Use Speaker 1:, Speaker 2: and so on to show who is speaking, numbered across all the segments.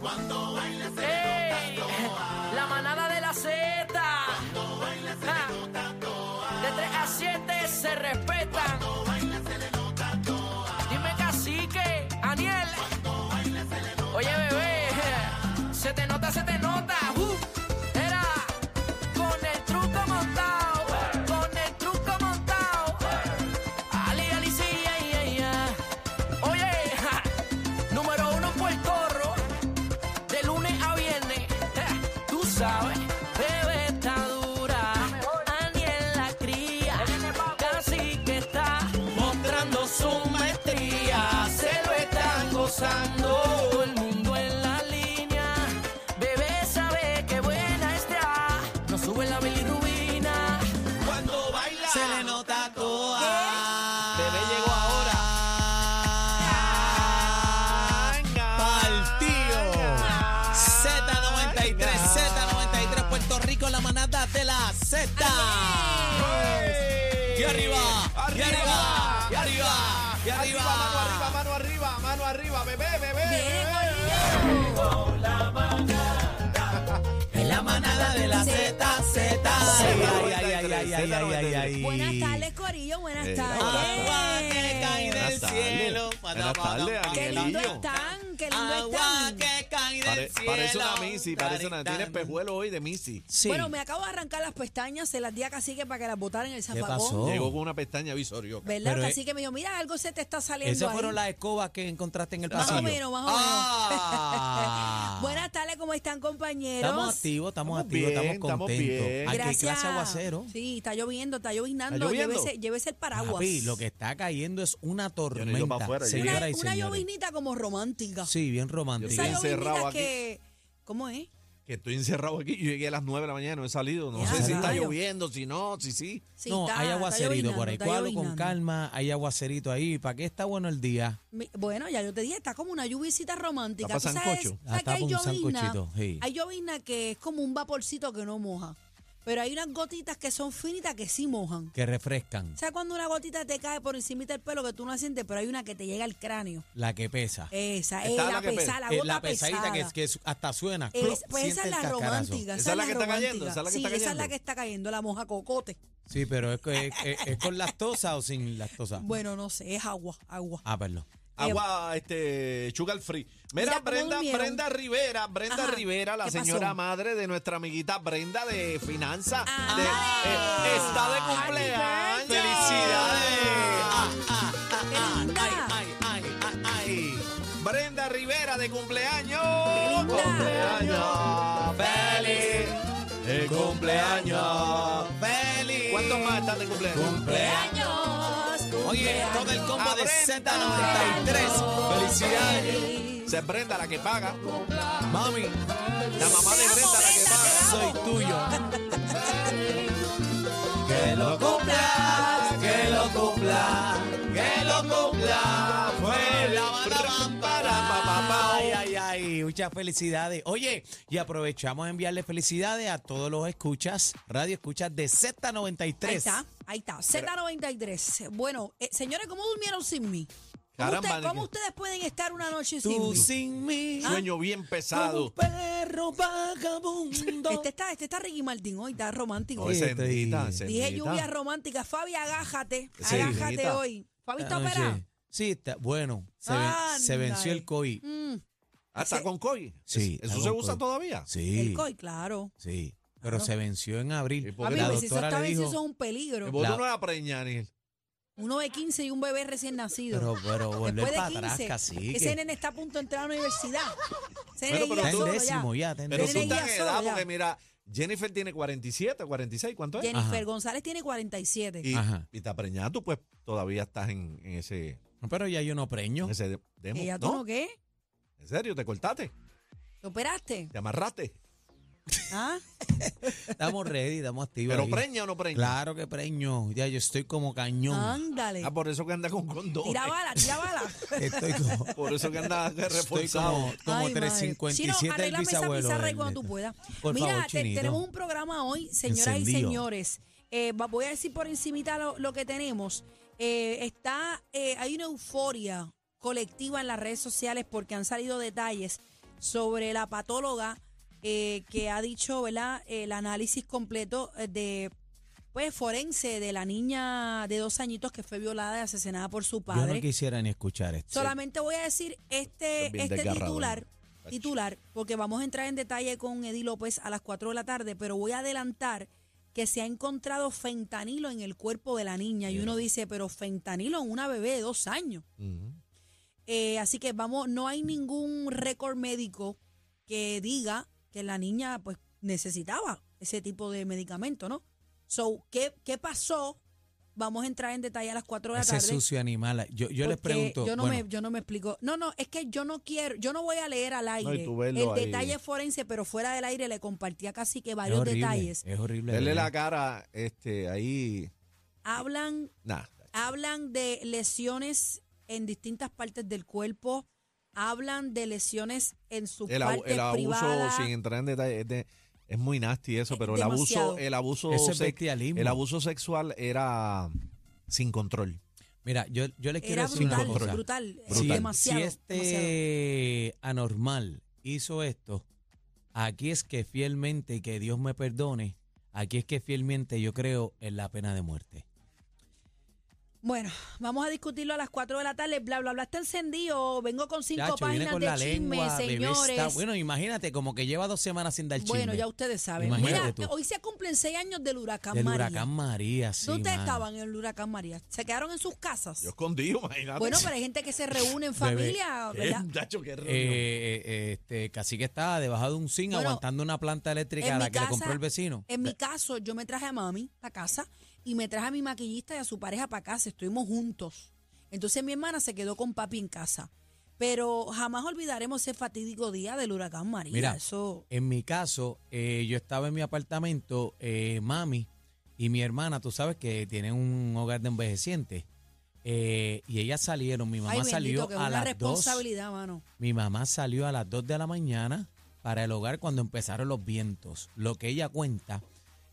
Speaker 1: Cuando bailes se
Speaker 2: ¡Ey! La manada de la Z. Ja. De 3 a 7 se respetan. Dime cacique, Aniel. Oye, bebé, se te nota, se te nota. Uh, era con el truco montado, con el truco montado. Ali, ali, sí, ay, ay, ay. Oye, ja, número uno en Puerto Rico de lunes a viernes. eh, Tú sabes, bebé está dura. Aniel la cría. Casi que está mostrando su maestría. Se lo están gozando. Todo el mundo en la línea. Bebé sabe que buena está. No sube la bilirrubina.
Speaker 1: Cuando baila se le nota toa.
Speaker 3: Bebé llegó ahora.
Speaker 1: Partido. Z93, Z93, Puerto Rico, la manada de la Z. Y arriba, y arriba, y arriba, y arriba.
Speaker 3: Mano arriba, mano arriba, bebé, bebé.
Speaker 1: Es la manada de la Z, Z. Ay, ay, ay, ay, ay, ay, ay, ay.
Speaker 4: Buenas tardes, Corillo. Buenas
Speaker 3: Eh,
Speaker 4: tardes.
Speaker 1: Agua que cae del
Speaker 3: Buenas tardes.
Speaker 1: cielo.
Speaker 3: Buenas tardes,
Speaker 4: Qué lindo
Speaker 3: Angelillo.
Speaker 4: están, qué lindo
Speaker 1: Agua
Speaker 4: están.
Speaker 1: que cae del
Speaker 3: Pare-
Speaker 1: cielo.
Speaker 3: parece una Missy, parece una.
Speaker 1: Taritán.
Speaker 3: Tiene espejuelo hoy de Missy.
Speaker 1: Sí.
Speaker 4: Bueno, me acabo de arrancar las pestañas, se las di a Cacique para que las botaran en el zafacón.
Speaker 5: pasó? Oh.
Speaker 3: Llegó con una pestaña visorioca.
Speaker 4: ¿Verdad?
Speaker 5: Pero, eh,
Speaker 4: Cacique me dijo, mira, algo se te está saliendo
Speaker 5: Esas
Speaker 4: ahí.
Speaker 5: fueron las escobas que encontraste en el
Speaker 4: Más o
Speaker 5: pasillo.
Speaker 4: menos, más o menos.
Speaker 1: Ah.
Speaker 4: Buenas tardes, ¿cómo están, compañeros?
Speaker 5: Estamos activos, estamos,
Speaker 3: Estamos
Speaker 5: activos,
Speaker 3: bien,
Speaker 5: estamos
Speaker 3: estamos
Speaker 5: contentos.
Speaker 3: bien.
Speaker 5: Ay, qué
Speaker 4: Gracias.
Speaker 5: clase aguacero.
Speaker 4: Sí, está lloviendo, está llovinando.
Speaker 3: ¿Está lloviendo?
Speaker 4: Llévese, llévese el paraguas.
Speaker 5: Papi, lo que está cayendo es una
Speaker 3: Yo no he ido
Speaker 5: tormenta.
Speaker 3: pa' afuera, yo
Speaker 4: una,
Speaker 5: señoras y
Speaker 4: una
Speaker 5: señores.
Speaker 4: llovinita como romántica.
Speaker 5: Sí, bien
Speaker 3: Yo
Speaker 5: romántica.
Speaker 4: Esa
Speaker 3: estoy encerrado
Speaker 4: llovinita
Speaker 3: aquí.
Speaker 4: que... ¿Cómo es?
Speaker 3: Que estoy encerrado aquí. Yo llegué a las 9 de la mañana, no he salido. No
Speaker 4: Ya,
Speaker 3: sé si está
Speaker 4: rayos.
Speaker 3: lloviendo, si no, si sí.
Speaker 4: Sí,
Speaker 5: no,
Speaker 4: está-
Speaker 5: hay
Speaker 4: está
Speaker 5: aguacerito por ahí.
Speaker 4: llovinando, está
Speaker 5: Cuadro con
Speaker 4: llovinando.
Speaker 5: calma, hay aguacerito ahí. ¿Para qué está bueno el día?
Speaker 4: Mi- Bueno, ya yo te dije, está como una lluvicita romántica.
Speaker 3: Está pa'
Speaker 4: Tú sabes-
Speaker 3: sancocho.
Speaker 4: sabes
Speaker 5: Ah, Está
Speaker 4: que hay
Speaker 5: pa' un
Speaker 4: llovizna,
Speaker 5: sancochito, sí.
Speaker 4: hay llovizna que es como un vaporcito que no moja, pero hay unas gotitas que son finitas que sí mojan.
Speaker 5: Que refrescan.
Speaker 4: O sea, cuando una gotita te cae por encima del pelo que tú no sientes, pero hay una que te llega al cráneo.
Speaker 5: La que pesa.
Speaker 4: Eh, Esa, es
Speaker 3: Está
Speaker 4: la
Speaker 3: la que pe-
Speaker 4: pesada, la
Speaker 5: Eh,
Speaker 4: gota
Speaker 5: la pesadita
Speaker 4: pesada.
Speaker 5: que, que su- hasta suena.
Speaker 4: Es-
Speaker 5: Plop,
Speaker 4: pues
Speaker 5: siente
Speaker 4: esa es
Speaker 5: el
Speaker 4: la
Speaker 5: cascarazo.
Speaker 4: romántica.
Speaker 3: Esa es la que está
Speaker 4: romántica.
Speaker 3: cayendo, esa es la que
Speaker 4: sí,
Speaker 3: está
Speaker 4: Esa es la
Speaker 3: cayendo.
Speaker 4: que está cayendo, la moja cocote.
Speaker 5: Sí, pero es, que- es- es- es con lactosa o sin lactosa.
Speaker 4: Bueno, no sé, es agua, agua.
Speaker 5: Ah, perdón.
Speaker 3: Agua, este, sugar free. Mira,
Speaker 4: Eh, Mira cómo
Speaker 3: Brenda,
Speaker 4: durmieron.
Speaker 3: Brenda Rivera, Brenda
Speaker 4: Ajá.
Speaker 3: Rivera, la
Speaker 4: ¿Qué pasó?
Speaker 3: señora madre de nuestra amiguita Brenda de Finanza.
Speaker 4: Ah.
Speaker 3: de- eh, está de
Speaker 4: Happy
Speaker 3: cumpleaños.
Speaker 4: birthday.
Speaker 3: ¡Felicidades! Ah, ah, ah,
Speaker 4: Qué
Speaker 3: ah.
Speaker 4: linda.
Speaker 3: Ay, ay, ay, ay, ay. Brenda Rivera de cumpleaños.
Speaker 4: linda.
Speaker 3: Cumpleaños feliz. El cumpleaños feliz. ¿Cuántos más están de cumpleaños?
Speaker 4: ¡Cumpleaños!
Speaker 3: Oye, todo el combo de
Speaker 4: cumpleaños,
Speaker 3: Z93. Felicidades.
Speaker 4: feliz.
Speaker 3: Se Brenda la que paga.
Speaker 5: Mami,
Speaker 3: La mamá de Brenda la que paga.
Speaker 5: soy tuyo.
Speaker 3: Que lo cumpla, que lo cumpla, que lo cumpla. Fue la
Speaker 5: Ay, ay, ay, muchas felicidades. Oye, y aprovechamos a enviarle felicidades a todos los escuchas, radio escuchas de Z93.
Speaker 4: Ahí está, ahí está. Z93. Bueno, eh, señores, ¿cómo durmieron sin mí? ¿Cómo,
Speaker 3: Caramba,
Speaker 4: usted- Ah, cómo
Speaker 3: niño.
Speaker 4: ustedes pueden estar una noche sin
Speaker 5: Tú
Speaker 4: mí?
Speaker 5: sin mí,
Speaker 3: Sueño bien
Speaker 5: como un
Speaker 3: pesado.
Speaker 5: perro vagabundo.
Speaker 4: Este está, este está Ricky Martin hoy, está romántico. Eh,
Speaker 3: No, es
Speaker 5: Este-
Speaker 3: sendita,
Speaker 4: Dije
Speaker 3: sendita.
Speaker 4: lluvia romántica. Fabi, agájate.
Speaker 3: Sí,
Speaker 4: agájate
Speaker 3: Negrita.
Speaker 4: hoy. Fabi está
Speaker 5: Anoche.
Speaker 4: operada.
Speaker 5: Sí, está, bueno, se, ven- se
Speaker 4: Anda,
Speaker 5: venció
Speaker 4: eh.
Speaker 5: el COI.
Speaker 4: Mm,
Speaker 3: Ah, está con COI.
Speaker 5: Sí,
Speaker 3: ¿Eso
Speaker 5: está
Speaker 3: se
Speaker 5: con
Speaker 3: usa
Speaker 5: COI.
Speaker 3: todavía?
Speaker 4: El
Speaker 5: Sí,
Speaker 4: COI, claro.
Speaker 5: sí, pero
Speaker 4: Claro.
Speaker 5: se venció en abril.
Speaker 3: ¿Y por
Speaker 4: Fabi,
Speaker 3: qué?
Speaker 5: la
Speaker 4: pues, si eso
Speaker 5: doctora
Speaker 4: está
Speaker 5: le
Speaker 4: bien, si
Speaker 5: dijo,
Speaker 4: eso es un peligro.
Speaker 3: Vos
Speaker 5: La-
Speaker 3: tú no la preñas, Aniel.
Speaker 4: Uno de 15 y un bebé recién nacido.
Speaker 5: pero, pero volver
Speaker 4: Después de
Speaker 5: para atrás
Speaker 4: 15,
Speaker 5: casi.
Speaker 4: ese nene está a punto de entrar a la universidad. Ese
Speaker 3: Bueno,
Speaker 4: nene
Speaker 3: pero
Speaker 4: guía
Speaker 5: Está en
Speaker 3: tú-
Speaker 4: solo ya.
Speaker 5: décimo ya, está en
Speaker 3: Pero
Speaker 4: Tiene
Speaker 3: tú
Speaker 5: décimo.
Speaker 4: guía
Speaker 3: estás en
Speaker 4: sola
Speaker 3: edad
Speaker 4: ya.
Speaker 3: porque mira, Jennifer tiene 47, 46, ¿cuánto es?
Speaker 4: Jennifer
Speaker 5: pues. Ajá.
Speaker 4: González tiene 47.
Speaker 3: Y,
Speaker 5: Ajá.
Speaker 3: y está preñada, tú pues todavía estás en, en ese,
Speaker 5: Pero ya yo no preño.
Speaker 3: en ese de- demo.
Speaker 4: ¿Ella tú
Speaker 3: ¿No?
Speaker 4: no qué?
Speaker 3: ¿En serio? ¿Te cortaste?
Speaker 4: ¿Te operaste?
Speaker 3: ¿Te amarraste?
Speaker 4: ¿Ah?
Speaker 5: Estamos ready, estamos activos.
Speaker 3: ¿Pero
Speaker 5: aquí.
Speaker 3: preña o no preña?
Speaker 5: Claro que preño. Ya yo estoy como cañón.
Speaker 4: Ándale.
Speaker 3: Ah,
Speaker 5: pues,
Speaker 3: por eso que anda con condón.
Speaker 5: oh, eh.
Speaker 4: Tira bala, tira bala.
Speaker 5: Estoy como,
Speaker 3: Por eso que anda
Speaker 5: estoy
Speaker 3: reforzado.
Speaker 5: como, como
Speaker 4: Ay, madre.
Speaker 5: 357
Speaker 4: Chino,
Speaker 5: del
Speaker 4: arréglame esa
Speaker 5: bisabuelo.
Speaker 4: pizarra ahí
Speaker 5: del
Speaker 4: cuando tú
Speaker 5: nieto.
Speaker 4: puedas.
Speaker 5: Por
Speaker 4: Mira,
Speaker 5: favor,
Speaker 4: te-
Speaker 5: Chinito.
Speaker 4: tenemos un programa hoy, señoras y
Speaker 5: Encendido.
Speaker 4: señores. Eh, va- voy a decir por encimita lo, lo que tenemos. Eh, está, eh, hay una euforia colectiva en las redes sociales porque han salido detalles sobre la patóloga eh, que ha dicho, ¿verdad?, el análisis completo eh, de pues forense de la niña de dos añitos que fue violada y asesinada por su
Speaker 5: Yo
Speaker 4: padre.
Speaker 5: no quisiera ni escuchar esto.
Speaker 4: Solamente voy a decir este,
Speaker 3: es bien
Speaker 4: este
Speaker 3: desgarrador.
Speaker 4: titular, titular, porque vamos a entrar en detalle con Eddie López a las 4 de la tarde, pero voy a adelantar que se ha encontrado fentanilo en el cuerpo de la niña. Y uno dice, pero fentanilo en una bebé de dos años. Eh, así que vamos, no hay ningún récord médico que diga que la niña pues necesitaba ese tipo de medicamento, ¿no? So, ¿qué, qué pasó? Vamos a entrar en detalle a las 4 de la
Speaker 5: Ese
Speaker 4: tarde.
Speaker 5: sucio animal. Yo, yo les
Speaker 4: Porque
Speaker 5: pregunto.
Speaker 4: Yo no,
Speaker 5: bueno,
Speaker 4: me, yo no me explico. No, no, es que yo no quiero, yo no voy a leer al aire
Speaker 3: tú verlo
Speaker 4: el
Speaker 3: ahí.
Speaker 4: detalle forense, pero fuera del aire le compartía casi que
Speaker 5: es
Speaker 4: varios
Speaker 5: horrible,
Speaker 4: detalles.
Speaker 5: Es horrible.
Speaker 3: Dele
Speaker 5: ¿verdad?
Speaker 3: la cara, este, ahí.
Speaker 4: Hablan,
Speaker 3: Nah.
Speaker 4: hablan de lesiones en distintas partes del cuerpo, hablan de lesiones en su
Speaker 3: El, abu-
Speaker 4: parte
Speaker 3: el abuso,
Speaker 4: privada.
Speaker 3: sin entrar en detalle, es, de- es muy nasty eso, pero el abuso,
Speaker 4: demasiado.
Speaker 3: el abuso,
Speaker 5: Ese es
Speaker 3: sex-
Speaker 5: bestialismo.
Speaker 3: el abuso sexual era sin control.
Speaker 5: Mira, yo, yo les quiero
Speaker 4: Era
Speaker 5: decir una
Speaker 4: brutal,
Speaker 5: cosa.
Speaker 4: brutal, eh,
Speaker 5: Si-
Speaker 3: Brutal.
Speaker 4: demasiado.
Speaker 5: Si este
Speaker 4: demasiado.
Speaker 5: anormal hizo esto, aquí es que fielmente, y que Dios me perdone, aquí es que fielmente yo creo en la pena de muerte.
Speaker 4: Bueno, vamos a discutirlo a las 4 de la tarde. Bla, bla, bla. Está encendido. Vengo con cinco
Speaker 5: Chacho, viene
Speaker 4: páginas
Speaker 5: con
Speaker 4: de
Speaker 5: la
Speaker 4: chisme,
Speaker 5: lengua, bebé,
Speaker 4: señores.
Speaker 5: está- bueno, imagínate, como que lleva dos semanas sin dar chisme.
Speaker 4: Bueno, ya ustedes saben.
Speaker 5: Imagínate
Speaker 4: Mira,
Speaker 5: tú.
Speaker 4: hoy se cumplen seis años del huracán
Speaker 5: Del
Speaker 4: María.
Speaker 5: huracán María, sí,
Speaker 4: ¿Dónde ustedes
Speaker 5: mano.
Speaker 4: estaban en el huracán María? ¿Se quedaron en sus casas?
Speaker 3: Yo escondido, imagínate.
Speaker 4: bueno, pero hay gente que se reúne en familia,
Speaker 3: Qué
Speaker 4: ¿verdad?
Speaker 3: muchacho, qué rollo.
Speaker 5: Eh, eh, este, casi que estaba debajo de un zinc
Speaker 4: Bueno,
Speaker 5: aguantando una planta eléctrica a
Speaker 4: en
Speaker 5: la
Speaker 4: mi
Speaker 5: que le compró
Speaker 4: casa-
Speaker 5: el vecino.
Speaker 4: En mi caso, yo me traje a mami a casa y me traje a mi maquillista y a su pareja para casa. Estuvimos juntos. Entonces mi hermana se quedó con papi en casa. Pero jamás olvidaremos ese fatídico día del huracán María.
Speaker 5: Mira,
Speaker 4: Eso,
Speaker 5: En mi caso, eh, yo estaba en mi apartamento, eh, mami y mi hermana, tú sabes que tienen un hogar de envejecientes. eh, y ellas salieron, mi mamá
Speaker 4: ay,
Speaker 5: salió
Speaker 4: bendito, que es
Speaker 5: a
Speaker 4: una
Speaker 5: las dos.
Speaker 4: responsabilidad, mano.
Speaker 5: Mi mamá salió a las 2 de la mañana para el hogar cuando empezaron los vientos. Lo que ella cuenta,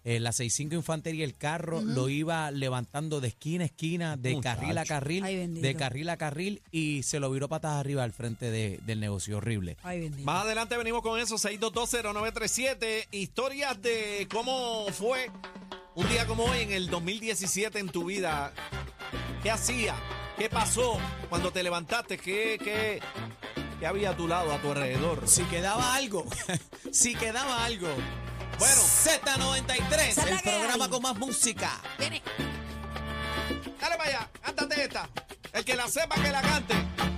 Speaker 5: eh, la 65 Infantería, el carro lo iba levantando de esquina a esquina, de
Speaker 3: Muchacho.
Speaker 5: carril a carril,
Speaker 4: Ay, bendito.
Speaker 5: de carril a carril y se lo viró patas arriba al frente de- del negocio horrible.
Speaker 4: Ay, bendito.
Speaker 3: Más adelante venimos con eso, 6220937, historias de cómo fue un día como hoy en el 2017 en tu vida. ¿Qué hacía? ¿Qué pasó cuando te levantaste? ¿Qué, qué, qué había a tu lado, a tu alrededor?
Speaker 5: Si quedaba algo, si quedaba algo.
Speaker 3: Bueno.
Speaker 5: Z93,
Speaker 4: Esa es la
Speaker 5: el
Speaker 4: que
Speaker 5: programa
Speaker 4: hay.
Speaker 5: con más música.
Speaker 4: Viene.
Speaker 3: Dale para allá, cántate esta. El que la sepa, que la cante.